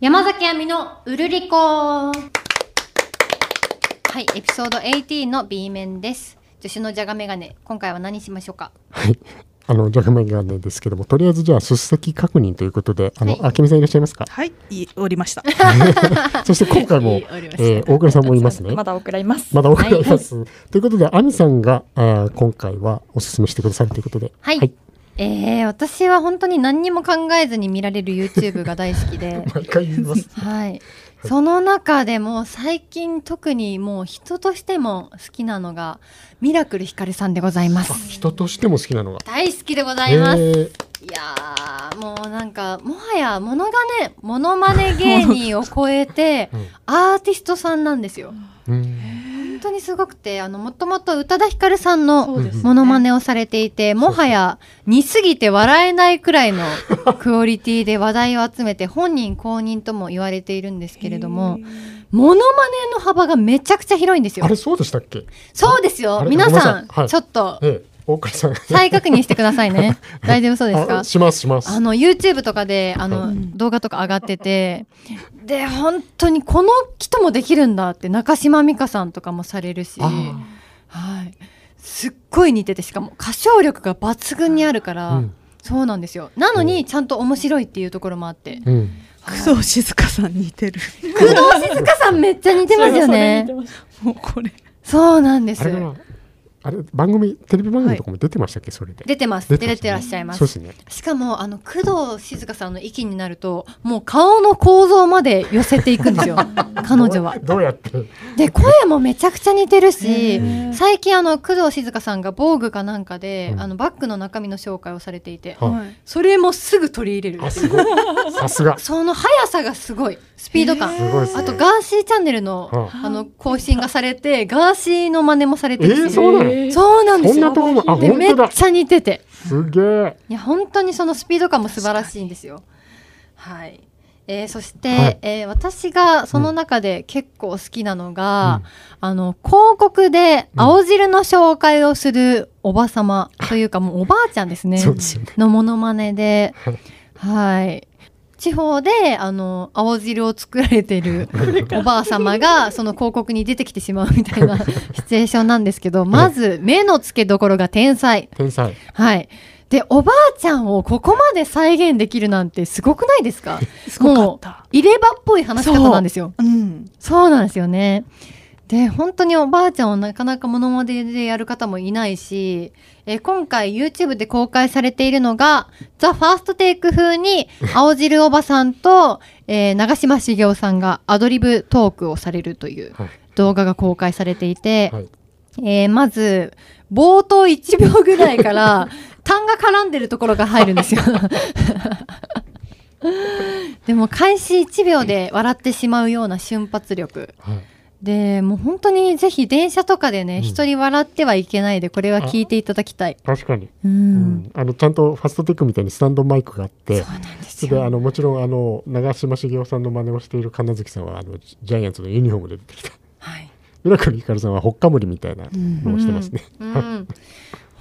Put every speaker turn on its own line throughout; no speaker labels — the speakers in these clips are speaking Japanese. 山崎亜美のうるりこはいエピソード18の B 面です女子のじゃがメガネ今回は何しましょうか
はい。あの、じゃがメガネですけども、とりあえずじゃあ出席確認ということで、あの、
はい
あけみさんいらっしゃいますか
はい、いおりました。
そして今回も、
わかりました
えー大倉さんもいま すね
ま。だ送られます。
まだお伺いします。 ということで、あみさんが、あー今回はお勧めしてくださるということで。
はい、えー、私は本当に何にも考えずに見られる YouTube が大好き で
毎回言います。
はいその中でも最近特にもう人としても好きなのがミラクルひかるさんでございます
人としても好きなのが。
大好きでございます、
えー
いやーもうなんかもはやモノがねモノマネ芸人を超えて
うん
アーティストさんなんですよ
うん
本当にすごくてあのもともと宇多田ヒカルさんの
うですね
モノマネをされていて、もはや似すぎて笑えないくらいの クオリティで話題を集めて本人公認とも言われているんですけれどもモノマネの幅がめちゃくちゃ広いんですよ
あれ、そうでしたっけ
そうですよ
あれ
皆
ごめ
さ
ん
ん
なさいはい
ちょっと
ええ大倉さん。
再確認してください ね大丈夫そうですか
あします、します。
あの YouTube とかであの、
ん
動画とか上がっててで本当にこの人もできるんだって中島美嘉さんとかもされるし、
あ
はい、すっごい似ててしかも歌唱力が抜群にあるから、
うん
そうなんですよなのにちゃんと面白いっていうところもあって
ーうん。
工藤静香さんに似てる。
工藤静香さんめっちゃ似てますよね
もうこれ。
そうなんです
あれかなあれ、番組、テレビ番組とかも出てましたっけ、それで。
出てます
出
出
て
て,、
ま
ら
すね
っしゃいま
そうですすね。
しかもあの工藤静香さんの域になるともう顔の構造まで寄せていくんです よ彼女は
どうやって。
で声もめちゃくちゃ似てるし
へー
最近あの工藤静香さんが防具かなんかで、
うん
あのバッグの中身の紹介をされていて、
はい
それもすぐ取り入れる
あ、すごい。さすが。す
その速さがすごいスピード感
ごいですね。
あとガーシーチャンネルの、
は
あの更新がされてガーシーの真似もされてるし、
えーそうなの
えー
そうなんで
そ
す
んなと
よ
こも、あ、
で
本
めっ
当だ。
ちゃ似てて
すげえ。
いや本当にそのスピード感も素晴らしいんですよ。はい。えーそして、
はい
えー私がその中で結構好きなのが、あの広告で青汁の紹介をするおばさまというか、もうおばあちゃんですね
そうですよね。
のモノマネで
はい、
はい。地方であの青汁を作られて るおばあ様がその広告に出てきてしまうみたいなシチュエーションなんですけどまず目の付けどころが天才
天才。
はい。で、おばあちゃんをここまで再現できるなんてすごくないですか
すごかった。
入れ歯っぽい話し方なんですよ。
うん。
そうなんですよね。で、本当におばあちゃんをなかなかモノマネでやる方もいないし、えー今回 YouTube で公開されているのが、ザ・ファーストテイク風 に、青汁おばさんと、えー長嶋茂雄さんがアドリブトークをされるという
はい
動画が公開されていて、
はい。
えーまず、冒頭1秒ぐらい から、痰が絡んでるところが入るんですよ。 でも、開始1秒で笑ってしまうような瞬発力。
はい。
で、もう本当にぜひ電車とかで
う
ね、
ん
一、人笑ってはいけないで、これは聞いていただきたい。
確かに。
う。
うんん。あの、ちゃんとファストテックみたいにスタンドマイクがあって
そ。うなんです
それで、あ
よ。
の、もちろん、あの、長嶋茂雄さんの真似をしている金月さんは、あの、ジャイアンツのユニフォームで出てきた。
はい。
ミラクルヒカルさんは、ほっかむりみたいなのをしてますね。
うん。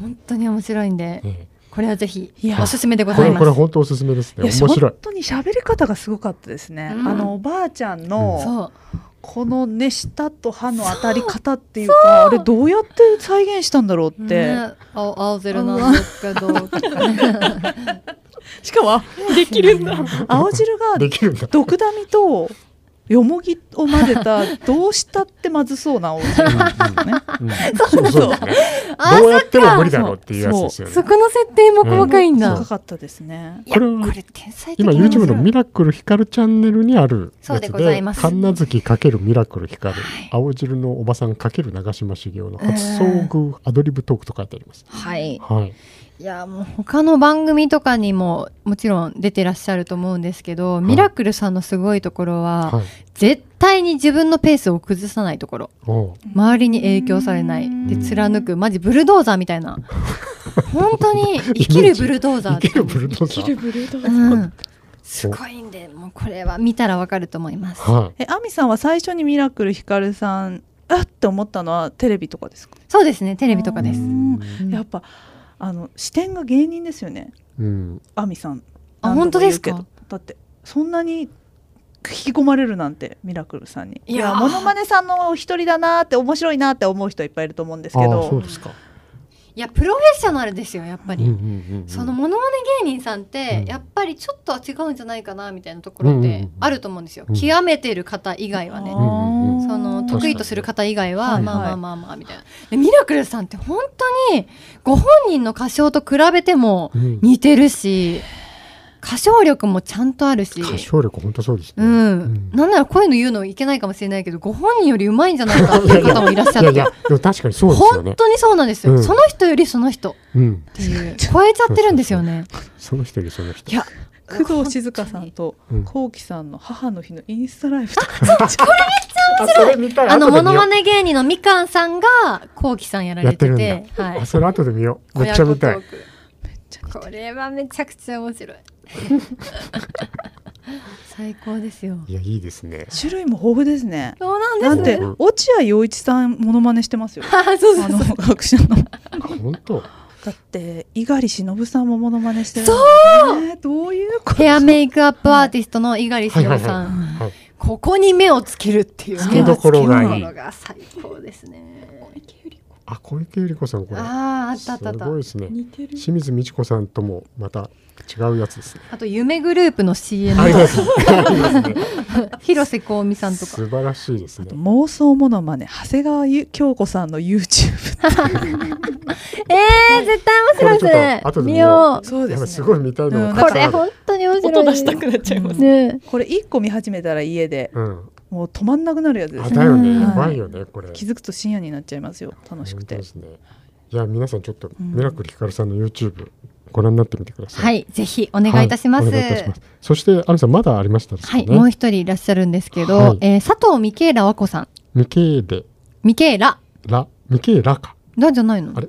本当に面白いんで、
え
これはぜひ
い、や
おすすめでご
えこ
ざい
れ、
ま
こ
す
れ、。本当おすすめですね。
いや
面白い
本。当に喋り方がすごかったですね。
うん
あのおばあちゃん
そ
の
う。
このね舌と歯の当たり方っていうかあれどうやって再現したんだろうって。
ね、青青ゼロなんですけ ど、
しかも
できるんだ。
青汁が
できるん だ。
毒ダミとよもぎを混ぜ たどうしたってまずそうな青汁なんですね。
うんそう、そうですね。
あ
どうやっても無理だろうっていうやつですよ
そ
ね。
この設定も細かいんだ。
う
高かったですね。
いや
これ
こ
は
れ天才的
今
な
YouTube のミラクルヒカルチャンネルにある
そう
や
で
つ
ござい
で
ます
神月×ミラクルヒカル
はい
青汁のおばさん×長嶋茂雄の初遭遇アドリブトークと書いてあります。
はい。
はい。
いやもう他の番組とかにももちろん出てらっしゃると思うんですけど、ミラクルさんのすごいところは、
はい。
絶対に自分のペースを崩さないところ。
おう
周りに影響されない。で貫くマジブルドーザーみたいな。本当に生きるブルドーザー
生
って
きるブルドーザ
キル
ー。
ブルドー
うん。す
そう
ごいんで、もうこれは見たらわかると思います。
はい。
え、アミさんは最初にミラクルヒカルさん、あって思ったのはテレビとかですか。
そうですね、テレビとかです
う。んやっぱ、あの視点が芸人ですよね。
うん。
アミさん。
あ
何度も言うけど
本当
だって、そんなに引き込まれるなんてミラクルさんに
い
い
やー
やものまねさんのお一人だなーって面白いなーって思う人いっぱいいると思うんですけ
ああそう
ど
ですか、
いやプロフェッショナルですよやっぱ
うん
り、
うんうんうん、
そのモノマネ芸人さんって、
うん
やっぱりちょっとは違うんじゃないかなみたいなところっ
うんうんう
て
ん
あると思うんですよ、
うん
極めてる方以外はね、
ん
その
特
得意とする方以外
は
はいまあまあまあまあみたいな、でミラクルさんって本当にご本人の歌唱と比べても
うん
似てるし歌唱力もちゃんとあるし
歌唱力本当そうです
う
ね、
ん、
うん
なんならこういうの言うのいけないかもしれないけどご本人より上手いんじゃないかっていう方もいらっしゃっ
い
て
やいやでも確かにそうですよ
本
ね、
当にそうなんですよ、
うん
その人よりその人っ
うん、
ていう超えちゃってるんですよ ね
その人よりその人
いや
工藤静香さんと
うん
こうきさんの母の日のインスタライブと か
あそれ見たい
あの
後
モ
で見よ
ノ
う
マネ芸人のみかんさんがこうきさんやられてて
やってるん
はい
あそれ後で見ようめっちゃ見たい
親子トークこれはめちゃくちゃ面白い最高ですよ
いやいいですね
種類も豊富ですね
そう
な
なんんで
て
す
うん
落合陽一さんモノマネしてますよ
あそうそ
あ
うそ
の
う
学者の
あ本当
だって猪狩忍さんもモノマネしてる
そ
そう、ね、どういうこと
ヘアメイクアップアーティストの猪狩しのぶさん
はい
ここに目をつけるっていう
つ
けどころがいい
目のつけどころが最高ですね
あ小池百合子さんこれ
あああったあったあっ
す
た
ごいですね
似てる
清水美智子さんともまた違うやつですね
あと夢グループの CM
ありますねありますね
広瀬香美さんとか
素晴らしいですね
妄想モノマネ長谷川ゆ京子さんの
え
YouTube
ー絶対面白い
これちょっ
です
と
ね
後で
見
見よ
よう
そう
やっぱすごい見たいの
うん
が
こ
たくさ
れ
んある
本当に面白い
音出したくなっちゃいます
ね
ね
これ一個見始めたら家で
うん
もう止まんなくなるやつで
あ
すね
だよ
う
ね
ん
やばいよねこれ
気づくと深夜になっちゃいますよ楽しくて
本当ですねいや皆さんちょっと
うん
ミラクルひかるさんの YouTube ご覧になってみてください
はいぜひお願いいたします、
はいお願いいたしますそしてアミさんまだありましたです
は
よ
い、もう
ね
一人いらっしゃるんですけど、
はい
えー佐藤ミケーラ和子さん。
ミケーレ
ミケーラ。
ラミケーラか
ラじゃないの
あれ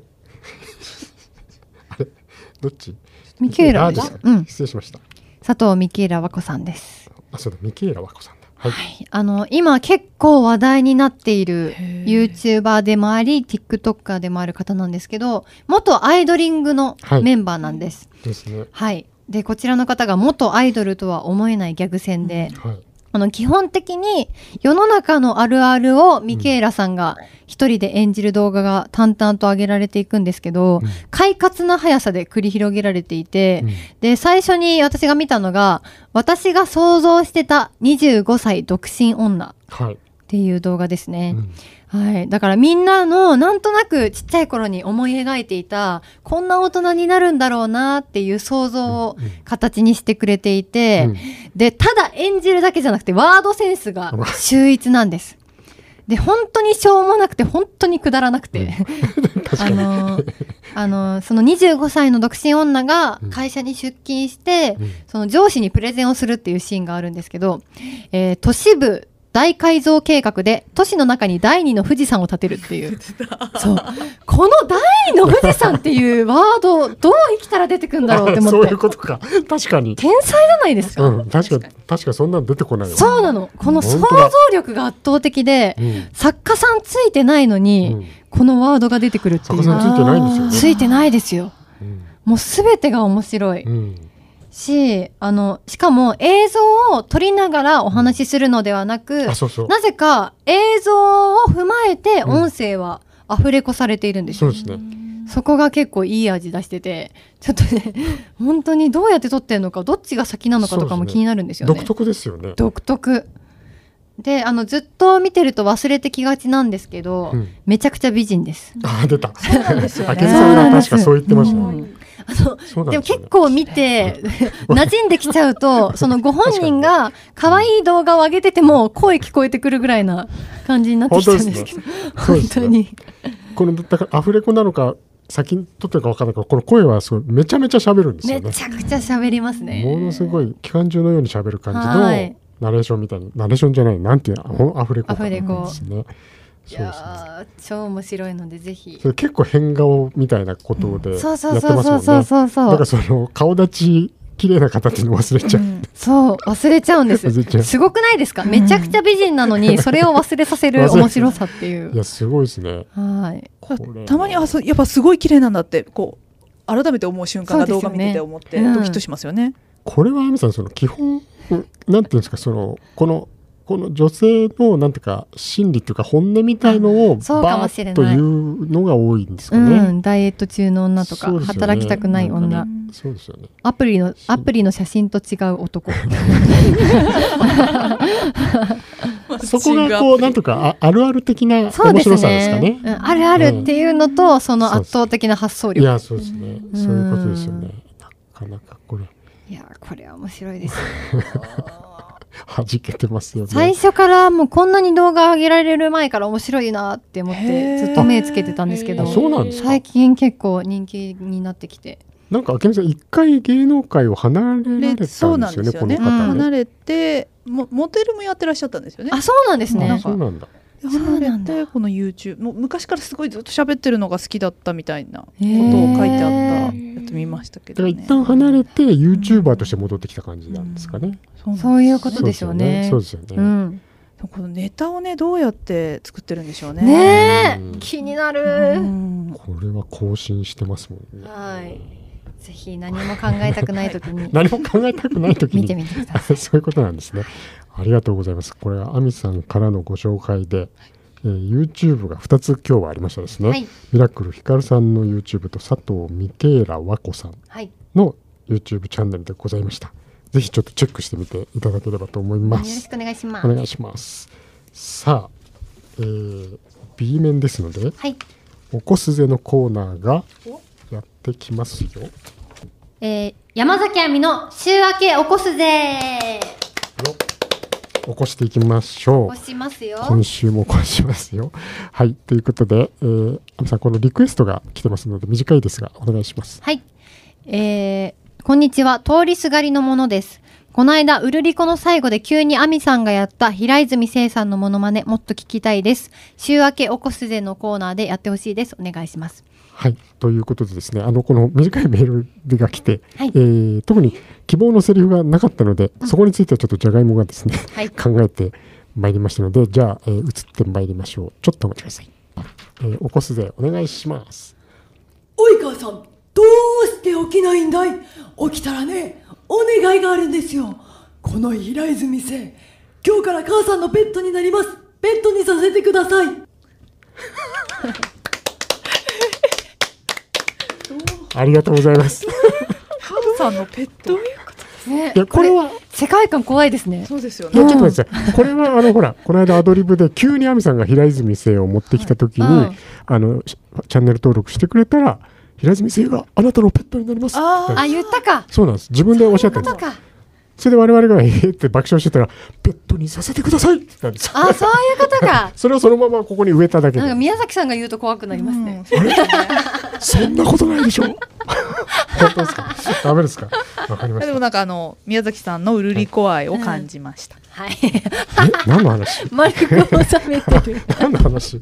どっち
ミケーラ。
ですか
うん。
失礼しました
佐藤ミケーラ和子さんです。
あそうだミケーラ和子さんだはい
あの、今結構話題になっている
へー
YouTuber でもあり、TikToker でもある方なんですけど、元アイドリングの
はい
メンバーなんです。
ですね
はい。で、こちらの方が元アイドルとは思えないギャグ戦で、
はい
あの、基本的に世の中のあるあるをミケーラさんが一人で演じる動画が淡々と上げられていくんですけど、
うん
快活な速さで繰り広げられていて、
うん
で、最初に私が見たのが、私が想像してた25歳独身女
はい
っていう動画です
う
ね。
ん
はい。だからみんなのなんとなくちっちゃい頃に思い描いていた、こんな大人になるんだろうなっていう想像を
うん
形にしてくれていて、
うん
で、ただ演じるだけじゃなくて、ワードセンスが秀逸なんです。で、本当にしょうもなくて、本当にくだらなくて。
確か
あ
に
のー、あのーその25歳の独身女が会社に出勤して、
うん
その上司にプレゼンをするっていうシーンがあるんですけど、えー都市部大改造計画で都市の中に第二の富士山を建てるっていう。そう。この第二の富士山っていうワード、どう生きたら出てくんだろうって思
そ
っ
う
て
いう。ことか確かに
天才じゃないですか。
うん確かに確かにそんなの出てこないわ
そうなの。この想
本
像
当だ
力が圧倒的で、
うん
作家さんついてないのに、
うん
このワードが出てくるってい
作
う。
家さんついてないんですよね
ついてないですよ。
うん
もうすべてが面白い
うん
し、あの、しかも映像を撮りながらお話しするのではなく
あ、そうそう
なぜか映像を踏まえて
うん
音声はアフレコされているんです
そう
よ。
ですね
そこが結構いい味出してて、ちょっとね、本当にどうやって撮ってるのか、どっちが先なのかとか
そう
も
ですね
気になるんですよね。
独特ですよね
独特であのずっと見てると忘れてきがちなんですけど、
うん
めちゃくちゃ美人です
あ出た
そうなんですよ
あ
ね
け
ず
ん
そう
さん
な
が
ん
確かそう言ってましたね
うん
そうなん
でも
すよ
結
ね
構見て馴染んできちゃう とそのご本人が可愛い動画を上げてても声聞こえてくるぐらいな感じになってきたんですけど
本当で
本
す
当
ね
に
このだからアフレコなのか先に撮ってるか分からないからこの声はすごいめちゃめちゃ喋るんですよ
め
ね
ちゃくちゃ喋りますね
ものすごい機関銃のように喋る感じの
はい
ナレーションみたいなナレーションじゃないなんていうのアフレコか
アフレコ
ですね
い
そうですね
やー超面白いのでぜひ
それ結構変顔みたいなことでやって
そ
ま
う
す
そ
も
う
んね
そうそうそうそう
だ
そう
からその顔立ち綺麗な方っていうの忘れちゃう、
そう忘れちゃうん で
忘れちゃ
す
う
すごくないですかめちゃくちゃ美人なのにそれを忘れさせ
忘
る
れちゃう
面白さっていう
いやすごいですね
はい。
これ
たまにあそうやっぱすごい綺麗なんだってこう改めて思う瞬間が動画見てて思って
そうですよね
ドキッとしますよね。
これはあみさんその基本うんなんていうんですかそのこのこの女性のなんていうか心理というか本音みたいのをバ
そうかも
ー
しれな
ッ
い
というのが多いんです
う
かね。
ん、ダイエット中の女とか、
そうですよね
働きたくない
うん
女
そうですよね。
アプリのアプリの写真と違う 男
そこがこうなんとかああるある的な面
そうです
白さですか
ね
ね。
うんあるあるっていうのと、その圧倒的な発想
い
力
やそうですね。そういうことですよね。なかなかこれ
いやこれは面白いですよ
弾けてますよね。
最初からもうこんなに動画上げられる前から面白いなって思っ
へ
て
ー
ずっと目つけてたんですけど
あそうなんですか
最近結構人気になってきて
なんか明美さん一回芸能界を離れられたん
で
です
そう
よ
なんで
ね
すよね。
この方ね。
離れてもモデルもやってらっしゃったんですよね。
あそうなんです
あ
ね
そうなんだ。
そうな
離
んだ
れてこの YouTube もう昔からすごいずっと喋ってるのが好きだったみたいなこ
こと
とを書いてあった
へ
や
ー
つ見ましたけ
だか
ど
ら
ね。
一旦離れてユーチューバーとして戻ってきた感じなんですかね。
そう
そう
なん
い
で
う
す
ことでしょうね
そうですよね。
うん
このネタをねどうやって作ってるんでしょうね。
ね
う
え
ん
気にな
う
る
ん
これは更新してますもんね。
はいぜひ何も考えたくない時 に
何も考えたくないとき
見て
に。
みてください
そういうことなんですね。ありがとうございます。これはアミさんからのご紹介で、えー YouTube が2つ今日はありましたですね。
はい
ミラクルひかるさんの YouTube と佐藤ミケーラ和子さん
はい
の YouTube チャンネルでございました。ぜひちょっとチェックしてみていただければと思い
よ
ま
ろ
す
し。くお願いしま
お
す
願いします。さあ、えー、B 面ですので、
はい
おこすぜのコーナーがやってきますよ。
えー山崎亜美の週明け起こすぜ
起こしていきましょ
起こ
う。
しますよ
今週も起こしますよ。はい、ということで、えー、アミさん、このリクエストが来てますので、短いですが、お願いします。
はい。えー、こんにちは。通りすがりのものです。この間、ウルリコの最後で急にアミさんがやった平泉聖さんのモノマネ、もっと聞きたいです。週明けおこすぜのコーナーでやってほしいです。お願いします。
はい、ということでですね、あのこの短いメールが来て、
はい
えー特に希望のセリフがなかったので、そこについてはちょっとじゃがいもがですね、
はい
考えてまいりましたので、じゃあ、えー移ってまいりましょう。ちょっとお待ちください。えー、起こすぜ、お願いします。
及川さん、どうして起きないんだい起きたらね、お願いがあるんですよ。この平泉生、今日から母さんのペットになります。ペットにさせてください。
ありがとうござ います。い
カブさんのペット。
ね
や、これは、
世界観怖いですね。
そうですよ
い
ね。
や、ちょっと待ってください。これは、あの、ほら、この間アドリブで、急に亜美さんが平泉聖を持ってきたときに、
はいうん
あの、しチャンネル登録してくれたら、平泉聖があなたのペットになります。
あー
あ、言ったか。
そうなんです。自分でおっしゃったんで
そ
す
う。か。
それで我々が「えーって爆笑してたら「ペットにさせてください」って言ったんですよ。
あ、そういうことか
それをそのままここに植えただけ
なん
で
か宮崎さんが言うと怖くなりますね。
そんなことないで しょ本当ですかダメですかわかりま
で
し
も
た
なんかあの宮崎さんのうるりこ愛を感じました。
はい。
え何の話
丸く収めてる。
何の話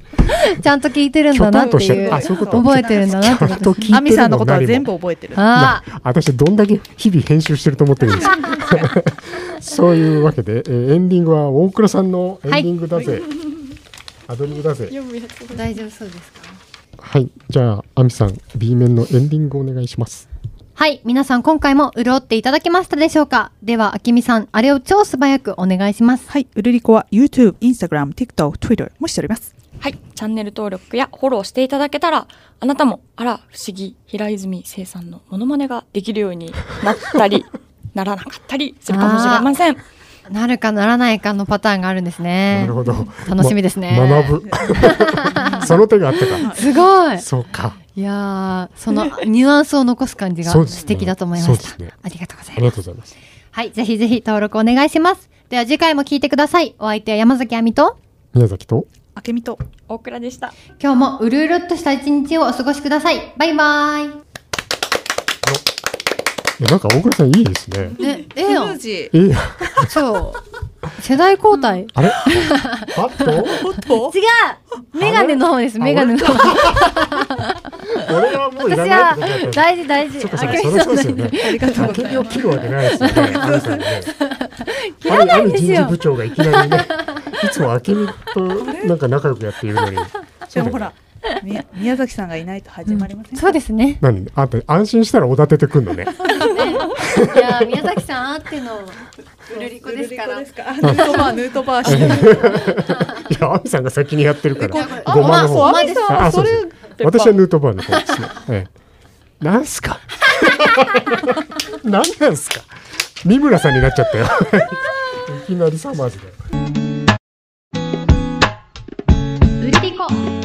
ちゃんと聞いてるんだなって
きょとんとして
いう。
るあそういうこと
覚えてるんだなって
ちゃんと聞いてる
アミさんのことは
何も
全部覚えてる。
ああ。
な私どんだけ日々編集してると思ってるんですか そういうわけで、えーエンディングは大倉さんのエンディングだぜ、アドリブだぜ
大丈夫そうですか
はいじゃあ亜美さん B 面のエンディングお願いします
はい。皆さん、今回も潤っていただけましたでしょうかでは、あきみさん、あれを超素早くお願いします。
はい、うるりこは YouTube、Instagram、TikTok、Twitter もしております。
はい、チャンネル登録やフォローしていただけたら、あなたも、あら、不思議、平泉聖さんのモノマネができるようになった り、ならなかったりするかもしれません。
なるかならないかのパターンがあるんですね。
なるほど。
楽しみですね
ま学 ぶ。その手があったか。
すごい。
そうか。
いやー、そのニュアンスを残す感じが
そうですね
素敵だと思いまし
そう
た。
ですね
ありがとうござ
あ
い
り
ま
が
す。
とうございます。
はい。ぜひぜひ登録お願いします。では、次回も聞いてください。お相手は山崎亜美と、
宮崎と。
あけみと。
大倉でした。
今日もうるうるっとした一日をお過ごしください。バイバーイ。
いやなんか大倉さんいいですね。
え、ええよ。
ジ
いいや。
そう。世代交代。
あれ。 バット。
違うメガネの方です、メガネの方。
俺はもういら
私
ない
は
ってことだった。
大事大事。
そっかそっ
あ
か
け
そ
み
り
さ
ゃそうんですよね。
ありがとうござ
竹
い
を
ます。
切るわけないですよね。あれさんね
切らないんですよ
あるある人事部長がいきなりね。いつも明美となんか仲良くやっているのに。
でもほら、み宮崎さんがいないと始まりません。
そうですね。
何あんた安心したらおだててくんのね。
いやー宮崎さんあってのうルリコですから
ルリコですかあヌートバー、ヌートバーしてる。
いや、アミさんが先にやってるから。
あ
ごまの
ご
方
ま。です
あ
あ、そう
それ
です。私はヌートバーの方ですね。ええ、なんすか。なんなんすか。三村さんになっちゃったよ。いきなりサマーズだよ。
売り子